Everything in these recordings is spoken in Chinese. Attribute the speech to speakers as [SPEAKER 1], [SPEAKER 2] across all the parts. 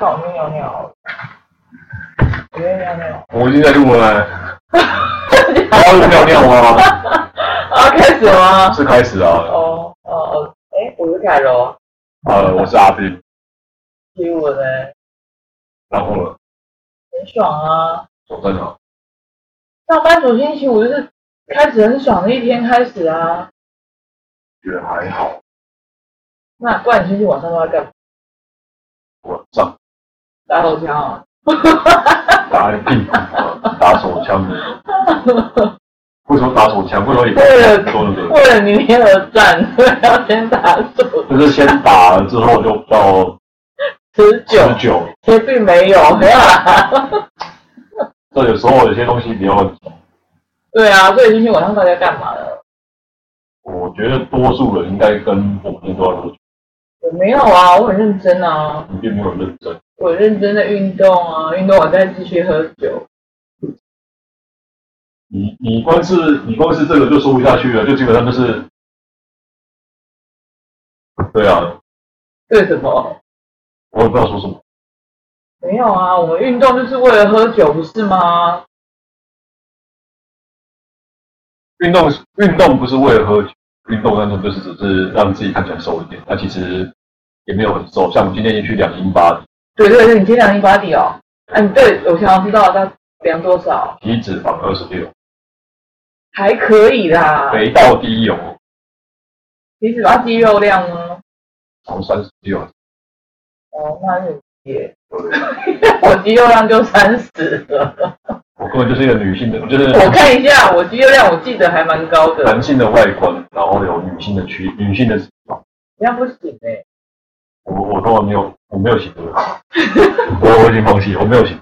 [SPEAKER 1] 早就尿尿了，我觉得尿尿。
[SPEAKER 2] 我现在录了，要录尿尿吗？
[SPEAKER 1] 啊，开始吗？
[SPEAKER 2] 是开始啊。
[SPEAKER 1] 哦哦哦，哎，我是凯柔，
[SPEAKER 2] 好了，我是阿斌，
[SPEAKER 1] 其实我的
[SPEAKER 2] 然后呢，
[SPEAKER 1] 很爽啊。
[SPEAKER 2] 我在哪？
[SPEAKER 1] 上班从星期五就是开始很爽的一天开始啊。
[SPEAKER 2] 觉得还好，
[SPEAKER 1] 啊那不然你星期晚上都在干嘛？
[SPEAKER 2] 我上
[SPEAKER 1] 打手枪啊？
[SPEAKER 2] 打你屁股啊，打手枪的。为什么打手枪？为什么你不
[SPEAKER 1] 为了
[SPEAKER 2] 说那个？
[SPEAKER 1] 为了明天而战，所以要先打手
[SPEAKER 2] 就是先打了之后就到
[SPEAKER 1] 持久，
[SPEAKER 2] 持久，
[SPEAKER 1] 其实并没有，没有啊啦。
[SPEAKER 2] 这有时候有些东西你要，
[SPEAKER 1] 对啊，所以星期晚上大家干嘛了？
[SPEAKER 2] 我觉得多数人应该跟我们都要多久，
[SPEAKER 1] 我没有啊，我很认真啊。
[SPEAKER 2] 你并没有认真。
[SPEAKER 1] 我认真的运动啊，运动完再继续喝酒。
[SPEAKER 2] 你你光是你光是这个就说不下去了，就基本上就是，对啊，
[SPEAKER 1] 对什么？
[SPEAKER 2] 我也不知道说什么。
[SPEAKER 1] 没有啊，我们运动就是为了喝酒，不是吗？
[SPEAKER 2] 运动运动不是为了喝酒，运动那种就是只是让自己看起来瘦一点，那其实也没有很瘦。像我今天去两英八，
[SPEAKER 1] 对对对，你今天量一八底哦。哎、你对我想要知道它量多少，
[SPEAKER 2] 体脂肪二十六，
[SPEAKER 1] 还可以啦。
[SPEAKER 2] 肥到低油
[SPEAKER 1] 你只要肌肉量呢？
[SPEAKER 2] 从三十六，
[SPEAKER 1] 哦，那是也，
[SPEAKER 2] 对不对？
[SPEAKER 1] 我肌肉量就三十了。
[SPEAKER 2] 我根本就是一个女性的，我就是
[SPEAKER 1] 我看一下，我肌肉量我记得还蛮高的，
[SPEAKER 2] 男性的外观，然后有女性的躯，女性的脂肪。
[SPEAKER 1] 这样不行哎、
[SPEAKER 2] 我我通常没有，我没有型这个， 我我已经放弃，我没有型。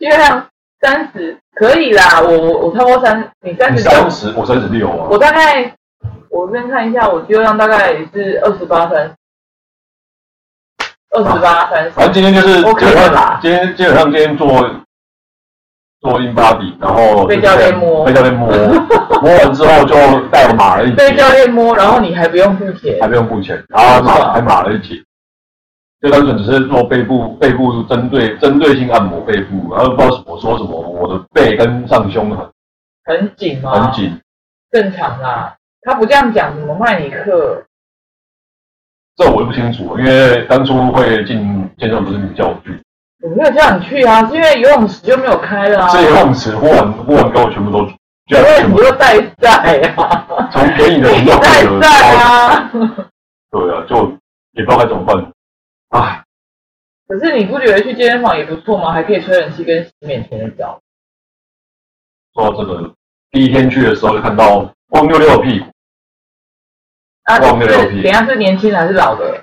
[SPEAKER 1] 肌肉量三十可以啦，我我我超过三，你三
[SPEAKER 2] 你
[SPEAKER 1] 十
[SPEAKER 2] 三十，我三十六啊。
[SPEAKER 1] 我大概，我先看一下，我肌肉量大概也是二十八三，二十八三
[SPEAKER 2] 反
[SPEAKER 1] 十，
[SPEAKER 2] 正今天就是基
[SPEAKER 1] OK
[SPEAKER 2] 本
[SPEAKER 1] 的啦
[SPEAKER 2] 上，今天基本上今天做做英巴比，然后
[SPEAKER 1] 被教练摸
[SPEAKER 2] 被教练 摸，摸完之后就带我马了一
[SPEAKER 1] 被
[SPEAKER 2] 节，
[SPEAKER 1] 教练摸，然后你还不用付钱
[SPEAKER 2] 还，不用付钱，然后
[SPEAKER 1] 是吧
[SPEAKER 2] 马还马了一节，就单纯只是做背部背部针对针对性按摩背部，然后不知道我说什么，我的背跟上胸很
[SPEAKER 1] 很紧吗？
[SPEAKER 2] 很，紧，
[SPEAKER 1] 正常啦。他不这样讲，怎么卖你课？
[SPEAKER 2] 这我就不清楚，因为当初会进健身不是你叫我去，
[SPEAKER 1] 我没有叫你去啊，是因为游泳池就没有开了啊，
[SPEAKER 2] 这游泳池霍完霍完给我全部都，
[SPEAKER 1] 因为
[SPEAKER 2] 全
[SPEAKER 1] 你
[SPEAKER 2] 部
[SPEAKER 1] 就代赛啊，
[SPEAKER 2] 从给你的
[SPEAKER 1] 你
[SPEAKER 2] 运动
[SPEAKER 1] 代
[SPEAKER 2] 规则
[SPEAKER 1] 赛 啊。
[SPEAKER 2] 对啊，就也不知道该怎么办。唉，
[SPEAKER 1] 可是你不觉得去健身房也不错吗？还可以吹冷气跟洗面前的澡。
[SPEAKER 2] 说到这个，第一天去的时候就看到光溜溜的屁股，
[SPEAKER 1] 啊，
[SPEAKER 2] 哇没
[SPEAKER 1] 是
[SPEAKER 2] 有
[SPEAKER 1] 等一下是年轻的还是老的？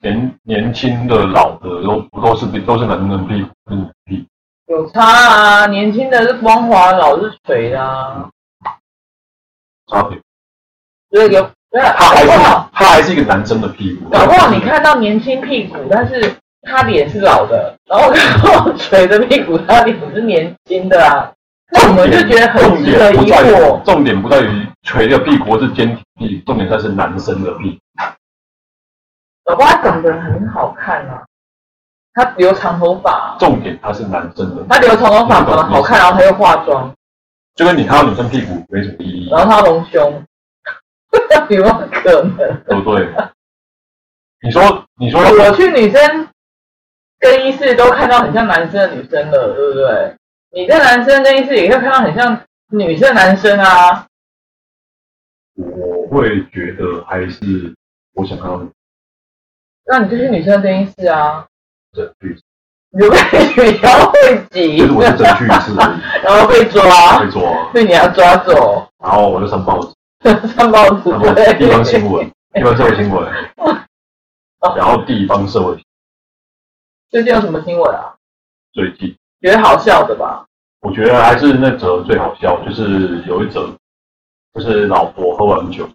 [SPEAKER 2] 年年轻的、老的都都是都是男人的屁股，嗯，屁股
[SPEAKER 1] 有差啊，年轻的是光滑，老是垂的啊，
[SPEAKER 2] 差别。
[SPEAKER 1] 所以有对啊，
[SPEAKER 2] 他还
[SPEAKER 1] 搞
[SPEAKER 2] 是
[SPEAKER 1] 不好
[SPEAKER 2] 他还是一个男生的屁股，
[SPEAKER 1] 搞不好你看到年轻屁股，但是他脸是老的，然后看到垂的屁股，他脸是年轻的啊，那我
[SPEAKER 2] 重
[SPEAKER 1] 们就
[SPEAKER 2] 点，
[SPEAKER 1] 觉得很
[SPEAKER 2] 重
[SPEAKER 1] 值得
[SPEAKER 2] 点不
[SPEAKER 1] 疑
[SPEAKER 2] 在于
[SPEAKER 1] 惑。
[SPEAKER 2] 重点不在于垂的屁股或是尖屁股，重点在是男生的屁股。
[SPEAKER 1] 搞不好他长得很好看啊，他留长头发啊、
[SPEAKER 2] 重点他是男生的屁股，
[SPEAKER 1] 他留长头发长得好看，然后他又化妆，
[SPEAKER 2] 就跟你看到女生屁股没什么意义，
[SPEAKER 1] 然后他隆胸， 有没有可能？
[SPEAKER 2] 对不对？ 你说你说
[SPEAKER 1] 我去女生更衣室都看到很像男生的女生了，对不对？你在男生更衣室也会看到很像女生的男生啊。
[SPEAKER 2] 我会觉得还是我想看到
[SPEAKER 1] 那你就去女生的更衣室啊，
[SPEAKER 2] 证据，
[SPEAKER 1] 你就被取消会籍
[SPEAKER 2] 就，是我是证据是而已，
[SPEAKER 1] 然后被
[SPEAKER 2] 会
[SPEAKER 1] 抓，
[SPEAKER 2] 做啊，
[SPEAKER 1] 被你要抓走，
[SPEAKER 2] 然后我就上报纸，
[SPEAKER 1] 上报纸
[SPEAKER 2] 然后
[SPEAKER 1] 对。
[SPEAKER 2] 地方新闻，地方社会新闻，然后地方社会
[SPEAKER 1] 最近有什么新闻啊？
[SPEAKER 2] 最近，
[SPEAKER 1] 觉得好笑的吧？
[SPEAKER 2] 我觉得还是那则最好笑，就是有一则，就是老婆喝完酒，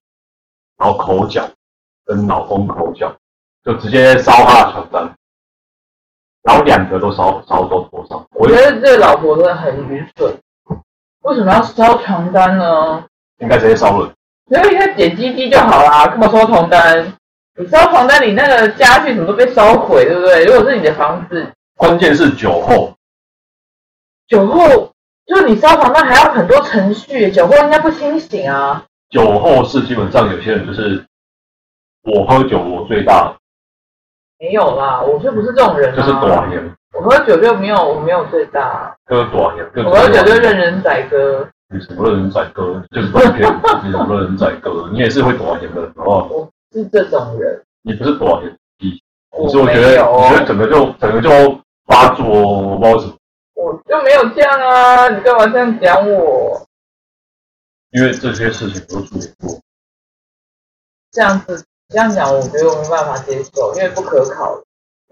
[SPEAKER 2] 然后口角，跟老公口角，就直接烧他的床单，然后两个都烧烧到头上，
[SPEAKER 1] 我
[SPEAKER 2] 我
[SPEAKER 1] 觉得这个老婆真的很愚蠢，为什么要烧床单呢？
[SPEAKER 2] 应该直接烧了。
[SPEAKER 1] 因为应该点鸡鸡就好啦，干嘛烧床单？你烧床单，你那个家具什么都被烧毁，对不对？如果是你的房子，
[SPEAKER 2] 关键是酒后，
[SPEAKER 1] 酒后就是你烧床单还要很多程序，酒后应该不清醒啊。
[SPEAKER 2] 酒后是基本上有些人就是我喝酒我最大，
[SPEAKER 1] 没有啦，我就不是这种人、啊。
[SPEAKER 2] 就是短言，
[SPEAKER 1] 我喝酒就没有，我没有最大，
[SPEAKER 2] 就是短言，
[SPEAKER 1] 我喝酒就任人宰割。
[SPEAKER 2] 你什么人宰割，就是短言，你什么人宰割，你也是会短言的人哦。
[SPEAKER 1] 我是这种人，
[SPEAKER 2] 你不是短言，你
[SPEAKER 1] 我
[SPEAKER 2] 你是我觉
[SPEAKER 1] 没
[SPEAKER 2] 得，
[SPEAKER 1] 有哦
[SPEAKER 2] 我觉得整个就整个就发作，哦我不知道为什么，
[SPEAKER 1] 我就没有这样啊！你干嘛这样讲我？
[SPEAKER 2] 因为这些事情都处理过，
[SPEAKER 1] 这样子这样讲，我觉得我没办法接受，因为不可考，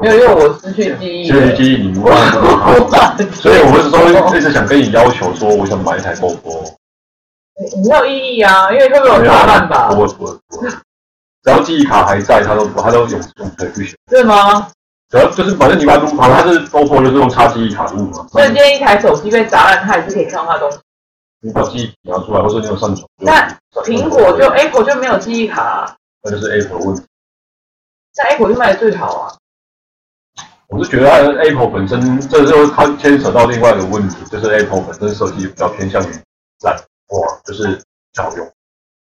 [SPEAKER 1] 因为因为我失去记忆
[SPEAKER 2] 所
[SPEAKER 1] 了
[SPEAKER 2] 以。记忆你
[SPEAKER 1] 我
[SPEAKER 2] 忘了。
[SPEAKER 1] 无法接受
[SPEAKER 2] 所以我是说，这次想跟你要求说，我想买一台 GoPro。
[SPEAKER 1] 你你没有异议啊，因为会被我打烂吧？
[SPEAKER 2] 不会不会不会，只要记忆卡还在，它都它都有用可以去选。
[SPEAKER 1] 是吗？
[SPEAKER 2] 只要就是反正你把它录好，它是 GoPro 就是用插记忆卡录嘛。
[SPEAKER 1] 所以今天一台手机被砸烂，它还是可以看到它东西。
[SPEAKER 2] 你把记忆卡拿出来，或者你有上传。
[SPEAKER 1] 那
[SPEAKER 2] 就
[SPEAKER 1] 苹果就 Apple 就没有记忆卡、啊，
[SPEAKER 2] 那就是 Apple 的问题。
[SPEAKER 1] 那 Apple 就卖的最好啊。
[SPEAKER 2] 我是觉得它的 Apple 本身，这就是它牵扯到另外一个问题，就是 Apple 本身设计比较偏向于懒化，就是小用，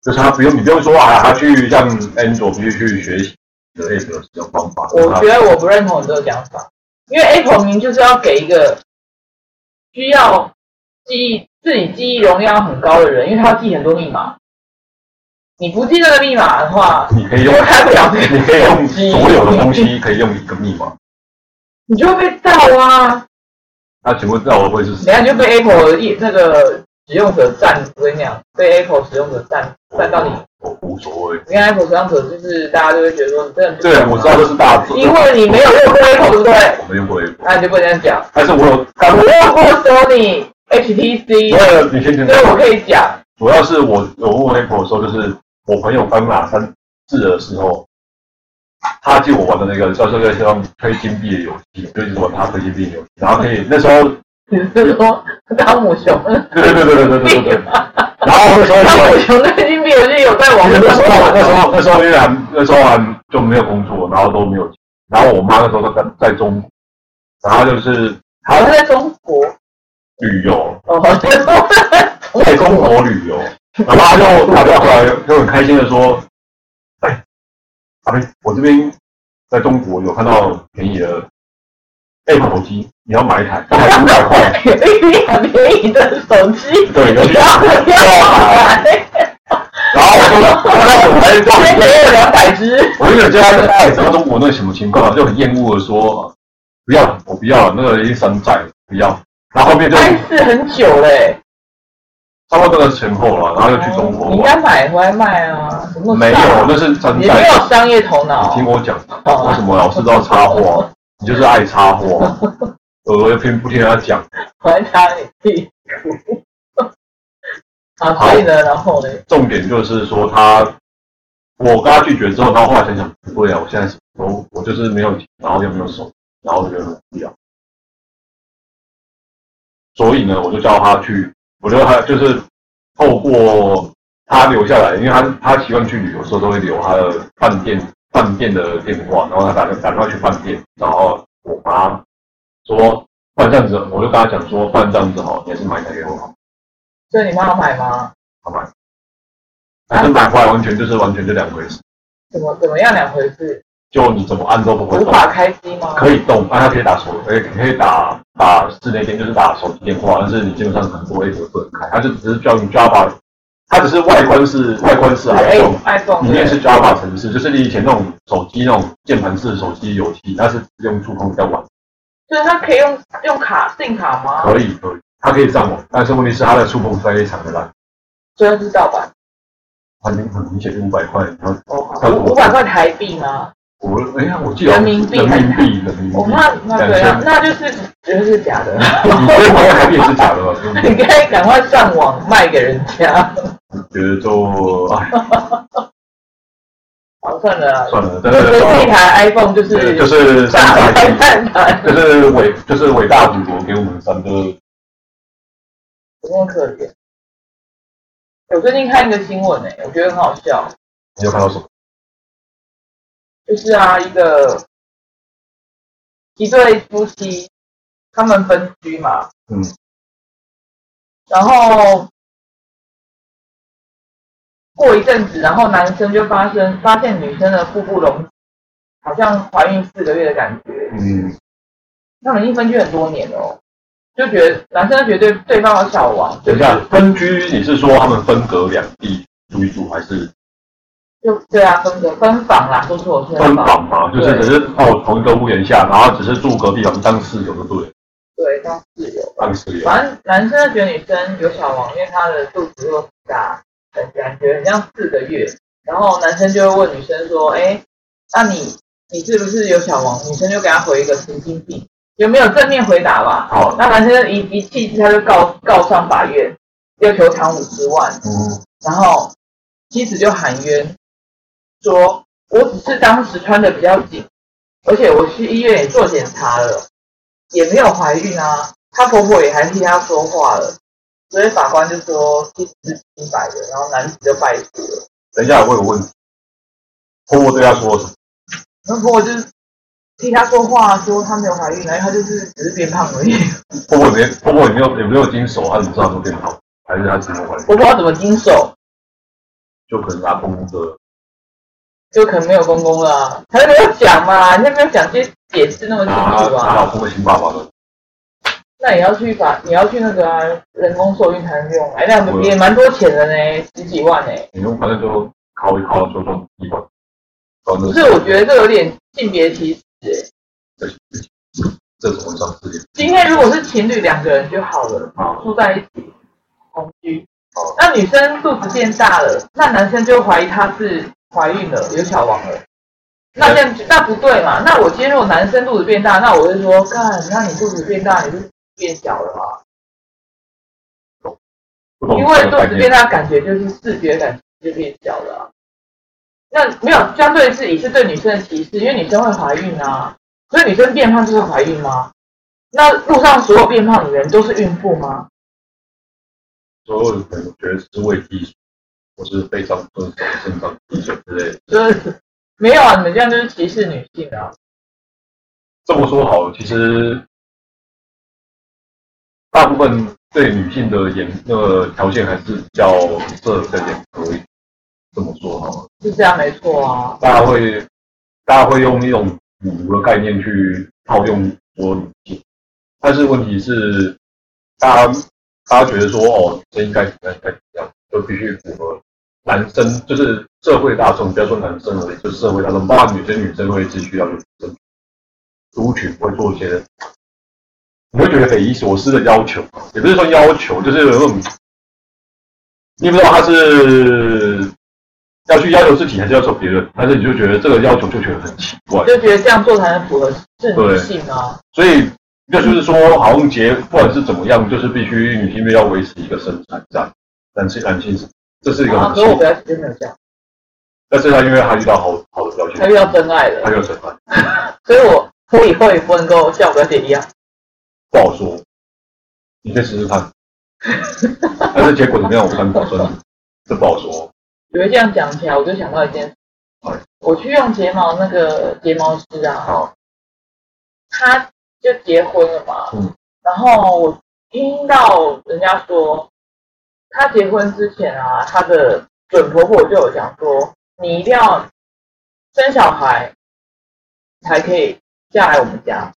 [SPEAKER 2] 就是它不用你不用说啊，它去像 Android 必须去学习的 App 的使用方法。
[SPEAKER 1] 我觉得我不认同你这个讲法，因为 Apple 明明就是要给一个需要记忆自己记忆容量很高的人，因为他要记很多密码。你不记这个密码的话，
[SPEAKER 2] 你可以用
[SPEAKER 1] 就开不了这个
[SPEAKER 2] 你可以用所有的东西，可以用一个密码。
[SPEAKER 1] 你就会被盗啊！
[SPEAKER 2] 那请问那我会是
[SPEAKER 1] 等
[SPEAKER 2] 谁？
[SPEAKER 1] 下就被 Apple 一那个使用者占，我跟你讲，被 Apple 使用者占占到你。
[SPEAKER 2] 我无所谓。
[SPEAKER 1] 你看 Apple 使用者就是大家就会觉得说你真的不啊
[SPEAKER 2] 对，我知道这是大众，
[SPEAKER 1] 因为你没有用过 Apple 对不对？
[SPEAKER 2] 我没用过 A，
[SPEAKER 1] 那你就不能这样讲。
[SPEAKER 2] 但是我有干
[SPEAKER 1] 我用过 Sony、HTC，
[SPEAKER 2] 那个你先听
[SPEAKER 1] 所以我可以讲。
[SPEAKER 2] 主要是我我问 Apple 的时候，就是我朋友刚拿三字的时候，他借我玩的那个叫这个叫推金币的游戏，我就一直玩他推金币的游戏，然后可以那时候，
[SPEAKER 1] 你是说汤姆熊？
[SPEAKER 2] 对对对对对对对对，然后那时候
[SPEAKER 1] 汤姆熊最近变有些有在网
[SPEAKER 2] 那
[SPEAKER 1] 络
[SPEAKER 2] 时候那时
[SPEAKER 1] 上，
[SPEAKER 2] 候那时候因为还那时候还就没有工作，然后都没有钱，然后我妈那时候在在中国，然后就是她
[SPEAKER 1] 我在中国
[SPEAKER 2] 旅游，
[SPEAKER 1] 哦，好像
[SPEAKER 2] 在中国旅游，然后她就打电话回来，就很开心的说：“哎，阿斌，我这边在中国有看到便宜的 Apple 机，你要买一台，大概五百块。
[SPEAKER 1] 有一很便宜的手机，
[SPEAKER 2] 对有一
[SPEAKER 1] 你要你要买，”
[SPEAKER 2] 然后我就，然后我还到
[SPEAKER 1] 每
[SPEAKER 2] 底
[SPEAKER 1] 天有两百只，
[SPEAKER 2] 我就觉得大家在知道中国那个什么情况，就很厌恶的说，不要，我不要，那个已经山寨，不要。然后后面就
[SPEAKER 1] 但是很久嘞。
[SPEAKER 2] 差不多那个前后了，然后又去中国
[SPEAKER 1] 你应
[SPEAKER 2] 玩。
[SPEAKER 1] 该买回来卖啊！什么
[SPEAKER 2] 没
[SPEAKER 1] 都
[SPEAKER 2] 有，
[SPEAKER 1] 上
[SPEAKER 2] 那是山
[SPEAKER 1] 你没有
[SPEAKER 2] 寨。
[SPEAKER 1] 商业头
[SPEAKER 2] 你
[SPEAKER 1] 脑
[SPEAKER 2] 听。我讲，为什么老是都要插话？你就是爱插话，我又偏不听他讲。
[SPEAKER 1] 我还插你屁股。啊，所以呢，然后呢？
[SPEAKER 2] 重点就是说他，我跟他拒绝之后，然后后来想想，不对啊，我现在什么都我就是没有钱，然后又没有手，然后就没有必要。所以呢，我就叫他去，我觉得他就是透过他留下来，因为他他习惯去旅游的时候都会留他的饭店饭店的电话，然后他打个打电话去饭店，然后我妈说，不然这样子，我就跟他讲说，不然这样子好，你还是买一台给我好。
[SPEAKER 1] 所以你妈妈买吗？
[SPEAKER 2] 好吧，但是买回来完全就是完全就两回事，
[SPEAKER 1] 怎么怎么样两回事？
[SPEAKER 2] 就你怎么按都不会
[SPEAKER 1] 无
[SPEAKER 2] 动，
[SPEAKER 1] 法开机吗？
[SPEAKER 2] 可以动，啊按它可以打手，可以可以打打室内电，就是打手机电话，但是你基本上很多 A P P 不能开，它就只是叫你 Java，它只是外观是外观是 iPhone，
[SPEAKER 1] iPhone
[SPEAKER 2] 里面是 Java 程式，就是你以前那种手机那种键盘式手机游戏，它是用触控比较晚，
[SPEAKER 1] 所以它可以用用卡信卡吗？
[SPEAKER 2] 可以可以，它可以上网，但是问题是它的触控非常的烂，
[SPEAKER 1] 所以它是盗版。
[SPEAKER 2] 它明很明显五百块，然后
[SPEAKER 1] 五五百块台币吗？
[SPEAKER 2] 我哎呀，我记得
[SPEAKER 1] 人民币
[SPEAKER 2] 人民币，人民币，
[SPEAKER 1] 我那那
[SPEAKER 2] 两
[SPEAKER 1] 对啊，
[SPEAKER 2] 千，
[SPEAKER 1] 那就是就是假的。
[SPEAKER 2] 你这个台币也是假的吧？
[SPEAKER 1] 你可以赶快上网卖给人家。
[SPEAKER 2] 我觉得就哎
[SPEAKER 1] 好，算了啊，
[SPEAKER 2] 算了，真
[SPEAKER 1] 所以这一
[SPEAKER 2] 的
[SPEAKER 1] 台 iPhone 就是
[SPEAKER 2] 就是山
[SPEAKER 1] 打开
[SPEAKER 2] 寨，
[SPEAKER 1] 看看，
[SPEAKER 2] 就是伟呃就是伟大祖国给我们三个，
[SPEAKER 1] 真的可怜。欸我最近看一个新闻诶、我觉得很好笑。
[SPEAKER 2] 你有看到什么？
[SPEAKER 1] 就是啊，一个一对夫妻，他们分居嘛，
[SPEAKER 2] 嗯，
[SPEAKER 1] 然后过一阵子，然后男生就发生发现女生的腹部隆起，好像怀孕四个月的感觉，
[SPEAKER 2] 嗯，
[SPEAKER 1] 他们已经分居很多年了、哦，就觉得男生就觉得对对方有小王，
[SPEAKER 2] 等一下，分居，你是说他们分隔两地住一住，还是
[SPEAKER 1] 就对啊，分隔分房啦，说错我是
[SPEAKER 2] 分房嘛？就是
[SPEAKER 1] 对
[SPEAKER 2] 只是哦同一个屋檐下，然后只是啊住隔壁房当室友就对了，
[SPEAKER 1] 对当室友，
[SPEAKER 2] 当室友。
[SPEAKER 1] 反正男生觉得女生有小王，因为她的肚子又大，很感觉很像四个月，然后男生就会问女生说，哎，那你你是不是有小王？女生就给他回一个神经病，有没有正面回答吧？哦
[SPEAKER 2] 好，
[SPEAKER 1] 那男生一一气之下就告告上法院，要求偿五十万，
[SPEAKER 2] 嗯
[SPEAKER 1] 然后妻子就喊冤，说我只是当时穿的比较紧，而且我去医院也做检查了，也没有怀孕啊。她婆婆也还替她说话了，所以法官就说妻子是清白的，然后男子就败诉了。
[SPEAKER 2] 等一下，啊我有个问题，婆婆对他说什么？
[SPEAKER 1] 那婆婆就是替她说话，说她没有怀孕啊，因为她就是只是变胖而已。
[SPEAKER 2] 婆婆没，婆婆也没有也没有经手，她只知道说变好，还是她经过怀
[SPEAKER 1] 婆婆要怎么经手？
[SPEAKER 2] 就可能拿公公的
[SPEAKER 1] 就可能没有公公了、啊，她就没有讲嘛，你没有讲这些解释那么清
[SPEAKER 2] 拿
[SPEAKER 1] 楚
[SPEAKER 2] 拿
[SPEAKER 1] 啊。
[SPEAKER 2] 老公的亲爸爸的，
[SPEAKER 1] 那也要去把你要去那个啊，人工受孕才能用，哎，那也蛮多钱的呢，十几万呢。
[SPEAKER 2] 你用反正就考一考，说说一管。反正
[SPEAKER 1] 不是，我觉得这有点性别歧视欸。
[SPEAKER 2] 这种文章事情
[SPEAKER 1] 今天如果是情侣两个人就好了，哦
[SPEAKER 2] 啊，
[SPEAKER 1] 住在一起同居，哦那女生肚子变大了，那男生就怀疑她是怀孕了，有小王了。那这样那不对嘛？那我今天如果男生肚子变大，那我就说，干，那你肚子变大，你就是变小了嘛？
[SPEAKER 2] 不懂
[SPEAKER 1] 因为肚子变大，感觉就是视觉感就变小了啊、那没有，相对是也是对女生的歧视，因为女生会怀孕啊，所以女生变胖就是怀孕吗？那路上所有变胖的人都是孕妇吗？
[SPEAKER 2] 所有的可能觉得是胃积水，或是肺上或者肾上积水之类的。
[SPEAKER 1] 就是没有啊，你们这样就是歧视女性啊。
[SPEAKER 2] 这么说好了，其实大部分对女性的严那个条件还是比较设比较严格一点。这么说好了，
[SPEAKER 1] 是这样没错啊，
[SPEAKER 2] 大家会大家会用一种母奴的概念去套用说女性，但是问题是，大家大家觉得说哦，这应该怎么样，应该怎么样，就必须符合男生，就是社会大众，不要说男生而已，就是社会大众，包括女生，女生会继续要求女生族群会做一些，你会觉得匪夷所思的要求，也不是说要求，就是有那种，你也不知道他是要去要求自己还是要求别人，但是你就觉得这个要求就觉得很奇怪
[SPEAKER 1] 我，就觉得这样做才能符合是女性啊。
[SPEAKER 2] 所以这就是说，好像结不管是怎么样，就是必须女性要维持一个生产在，男性男性是这是一个
[SPEAKER 1] 啊，
[SPEAKER 2] 很
[SPEAKER 1] 可
[SPEAKER 2] 奇
[SPEAKER 1] 是我
[SPEAKER 2] 怪，
[SPEAKER 1] 表姐就没有这样，
[SPEAKER 2] 但是他因为他遇到好好的表
[SPEAKER 1] 她
[SPEAKER 2] 现，
[SPEAKER 1] 遇到真爱
[SPEAKER 2] 他
[SPEAKER 1] 了，
[SPEAKER 2] 就怎么
[SPEAKER 1] 所以我我以后也不能够像我表姐一样。
[SPEAKER 2] 不好说，你可以试试看，但是结果怎么样，我不敢保证，这不好说。
[SPEAKER 1] 觉得这样讲起来，我就想到一件事
[SPEAKER 2] 哎，
[SPEAKER 1] 我去用睫毛那个睫毛师啊，
[SPEAKER 2] 好，
[SPEAKER 1] 他就结婚了嘛，
[SPEAKER 2] 嗯
[SPEAKER 1] 然后我听到人家说，他结婚之前啊，他的准婆婆就有讲说，你一定要生小孩才可以嫁来我们家，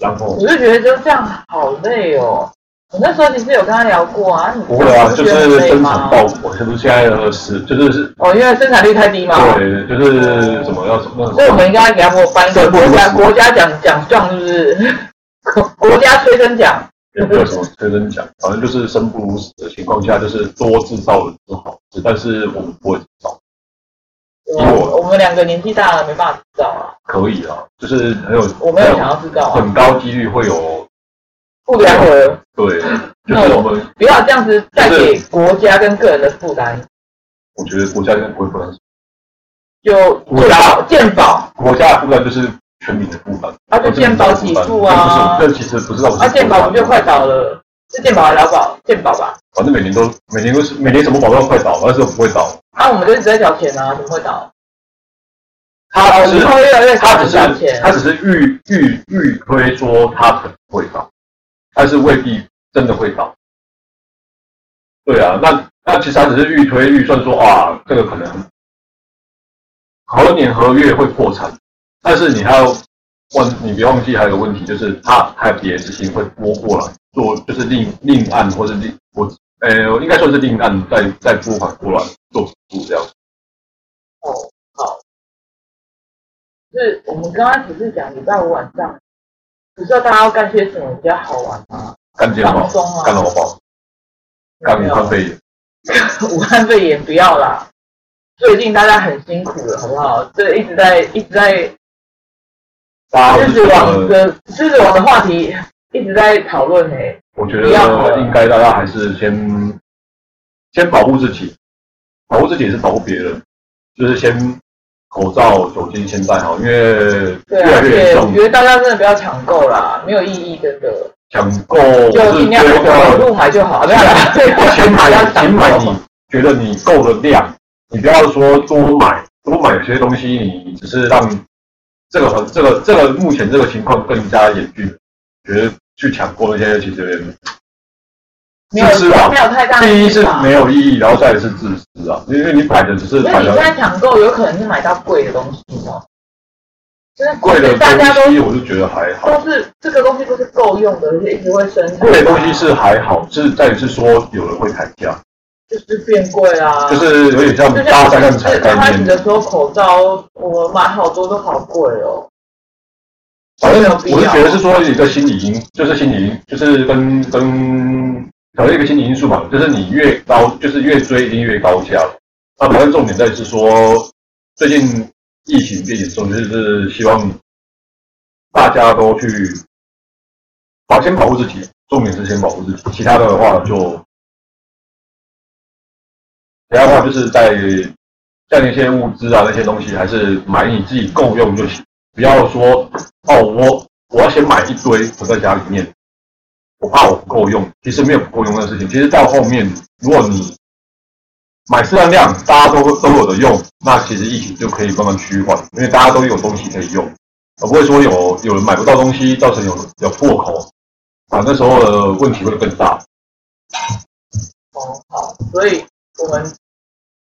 [SPEAKER 2] 然后
[SPEAKER 1] 我就觉得就这样好累哦。我那时候其实有跟他聊过啊，你
[SPEAKER 2] 不会啊，就
[SPEAKER 1] 觉得很
[SPEAKER 2] 是
[SPEAKER 1] 累
[SPEAKER 2] 生
[SPEAKER 1] 吗
[SPEAKER 2] 产爆火，是不是现在的是就是
[SPEAKER 1] 哦，因为生产率太低嘛。
[SPEAKER 2] 对，就是怎么要怎么
[SPEAKER 1] 所以啊我们应该给他们颁一个国家
[SPEAKER 2] 对
[SPEAKER 1] 国家奖奖状，是不是？国国家催生奖，
[SPEAKER 2] 也没有什么推真讲，反正就是生不如死的情况下，就是多制造人是好事，但是我们不会制造，
[SPEAKER 1] 我我们两个年纪大了，没办法知道啊，
[SPEAKER 2] 可以啊，就是很有
[SPEAKER 1] 我没有想要知道啊，
[SPEAKER 2] 很高几率会有
[SPEAKER 1] 不良儿，
[SPEAKER 2] 对，就是我们
[SPEAKER 1] 不要这样子带给国家跟个人的负担，
[SPEAKER 2] 我觉得国家应该不会负担，
[SPEAKER 1] 就
[SPEAKER 2] 国
[SPEAKER 1] 健保
[SPEAKER 2] 家
[SPEAKER 1] 健保，
[SPEAKER 2] 国家的负担就是全民的负担，
[SPEAKER 1] 啊，就健保起诉啊，
[SPEAKER 2] 这其实不知道，
[SPEAKER 1] 啊，健保不就快倒了？是健保还是劳保？健保吧，
[SPEAKER 2] 反正每年都每年都是每年什么保障快倒，但是不会倒。
[SPEAKER 1] 啊，我们就一直在缴钱啊，怎么会倒？好，我们会越来越
[SPEAKER 2] 他
[SPEAKER 1] 少
[SPEAKER 2] 只
[SPEAKER 1] 人啊道歉
[SPEAKER 2] 是。他只是预预预推说他可能会到，但是未必真的会到。对啊，那那其实他只是预推预算说啊，这个可能合年合月会破产，但是你还要忘，你别忘记还有个问题，就是他还有别的事情会拨过来做，就是另另案或是另我呃应该算是另案再再拨款过来做补助这样。
[SPEAKER 1] 哦，好，就是我们刚开始是讲礼拜五晚上，不知道大家要干些什么比较好玩吗？
[SPEAKER 2] 干电报
[SPEAKER 1] 放松啊，
[SPEAKER 2] 干老报，干武汉 肺炎。
[SPEAKER 1] 武汉肺炎不要啦，最近大家很辛苦了，好不好？这一直在一直在
[SPEAKER 2] 大家
[SPEAKER 1] 狮
[SPEAKER 2] 都
[SPEAKER 1] 子
[SPEAKER 2] 觉
[SPEAKER 1] 王
[SPEAKER 2] 得，
[SPEAKER 1] 的狮子王的话题一直在讨论欸诶，
[SPEAKER 2] 我觉得应该大家还是先先保护自己，保护自己也是保护别人，就是先口罩、酒精先戴好，因为
[SPEAKER 1] 对
[SPEAKER 2] 越
[SPEAKER 1] 啊，
[SPEAKER 2] 来
[SPEAKER 1] 而
[SPEAKER 2] 越
[SPEAKER 1] 且
[SPEAKER 2] 严
[SPEAKER 1] 我
[SPEAKER 2] 重
[SPEAKER 1] 觉，得大家真的不要抢购啦，没有意义，真的，
[SPEAKER 2] 抢购是
[SPEAKER 1] 就尽量
[SPEAKER 2] 追
[SPEAKER 1] 网
[SPEAKER 2] 到
[SPEAKER 1] 络买就好，不要啦，
[SPEAKER 2] 先
[SPEAKER 1] 不要
[SPEAKER 2] 买，先
[SPEAKER 1] 抢
[SPEAKER 2] 买
[SPEAKER 1] 购
[SPEAKER 2] 你。觉得你够的量，你不要说多买，多买有些东西你只是让这个这个这个目前这个情况更加严峻，觉得去抢购那些其实有点
[SPEAKER 1] 没有
[SPEAKER 2] 自私啊
[SPEAKER 1] 没有太大
[SPEAKER 2] 第
[SPEAKER 1] 意
[SPEAKER 2] 一
[SPEAKER 1] 义
[SPEAKER 2] 是
[SPEAKER 1] 吧。
[SPEAKER 2] 没有意义，然后再来是自私啊，因为你买的只是
[SPEAKER 1] 因为
[SPEAKER 2] 买
[SPEAKER 1] 你现在
[SPEAKER 2] 的
[SPEAKER 1] 抢购有可能是买到贵的东西哦，就是
[SPEAKER 2] 贵的
[SPEAKER 1] 大家都
[SPEAKER 2] 东西，我就觉得还好。
[SPEAKER 1] 都是这个东西都是够用的，而且一直会生产。啊
[SPEAKER 2] 贵的东西是还好，是在于是说有人会砍价，
[SPEAKER 1] 就是变贵啦，
[SPEAKER 2] 就是有点像
[SPEAKER 1] 就
[SPEAKER 2] 搭
[SPEAKER 1] 像
[SPEAKER 2] 三滥
[SPEAKER 1] 就是
[SPEAKER 2] 财
[SPEAKER 1] 刚开
[SPEAKER 2] 概
[SPEAKER 1] 始
[SPEAKER 2] 念
[SPEAKER 1] 的。时候口罩，我买好多都好贵哦。
[SPEAKER 2] 反正我是觉得是说一个心理因，就是心理因，就是跟跟可能一个心理因素嘛，就是你越高，就是越追一定越高价了。那反正重点在于是说，最近疫情变严重，就是希望大家都去保先保护自己，重点是先保护自己，其他的话就，其他的话就是在像那些物资啊那些东西，还是买你自己够用就行，不要说哦我我要先买一堆囤在家里面，我怕我不够用，其实没有不够用的事情，其实到后面如果你买适当量，大家都会都有的用，那其实疫情就可以慢慢趋缓，因为大家都有东西可以用。而不会说有有人买不到东西，造成有有破口，啊，那时候的问题会更大。
[SPEAKER 1] 哦，好，所以我们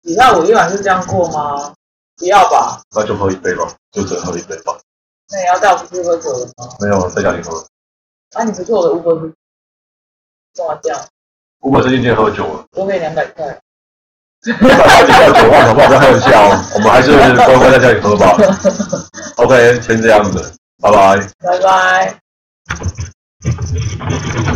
[SPEAKER 1] 礼拜五一晚是这样过吗？不要吧，
[SPEAKER 2] 那就喝一杯吧，就只能喝一杯吧，
[SPEAKER 1] 那也要带我出去喝酒了吗？
[SPEAKER 2] 没有在家里喝。
[SPEAKER 1] 啊，你不是我的 Uber 是干嘛这样？
[SPEAKER 2] 我本身今天喝酒了，
[SPEAKER 1] 我给两百块。
[SPEAKER 2] 大家要酒万好不好？不要开玩笑，我们还是乖乖在家里喝吧。OK，先这样子，拜拜。
[SPEAKER 1] 拜拜。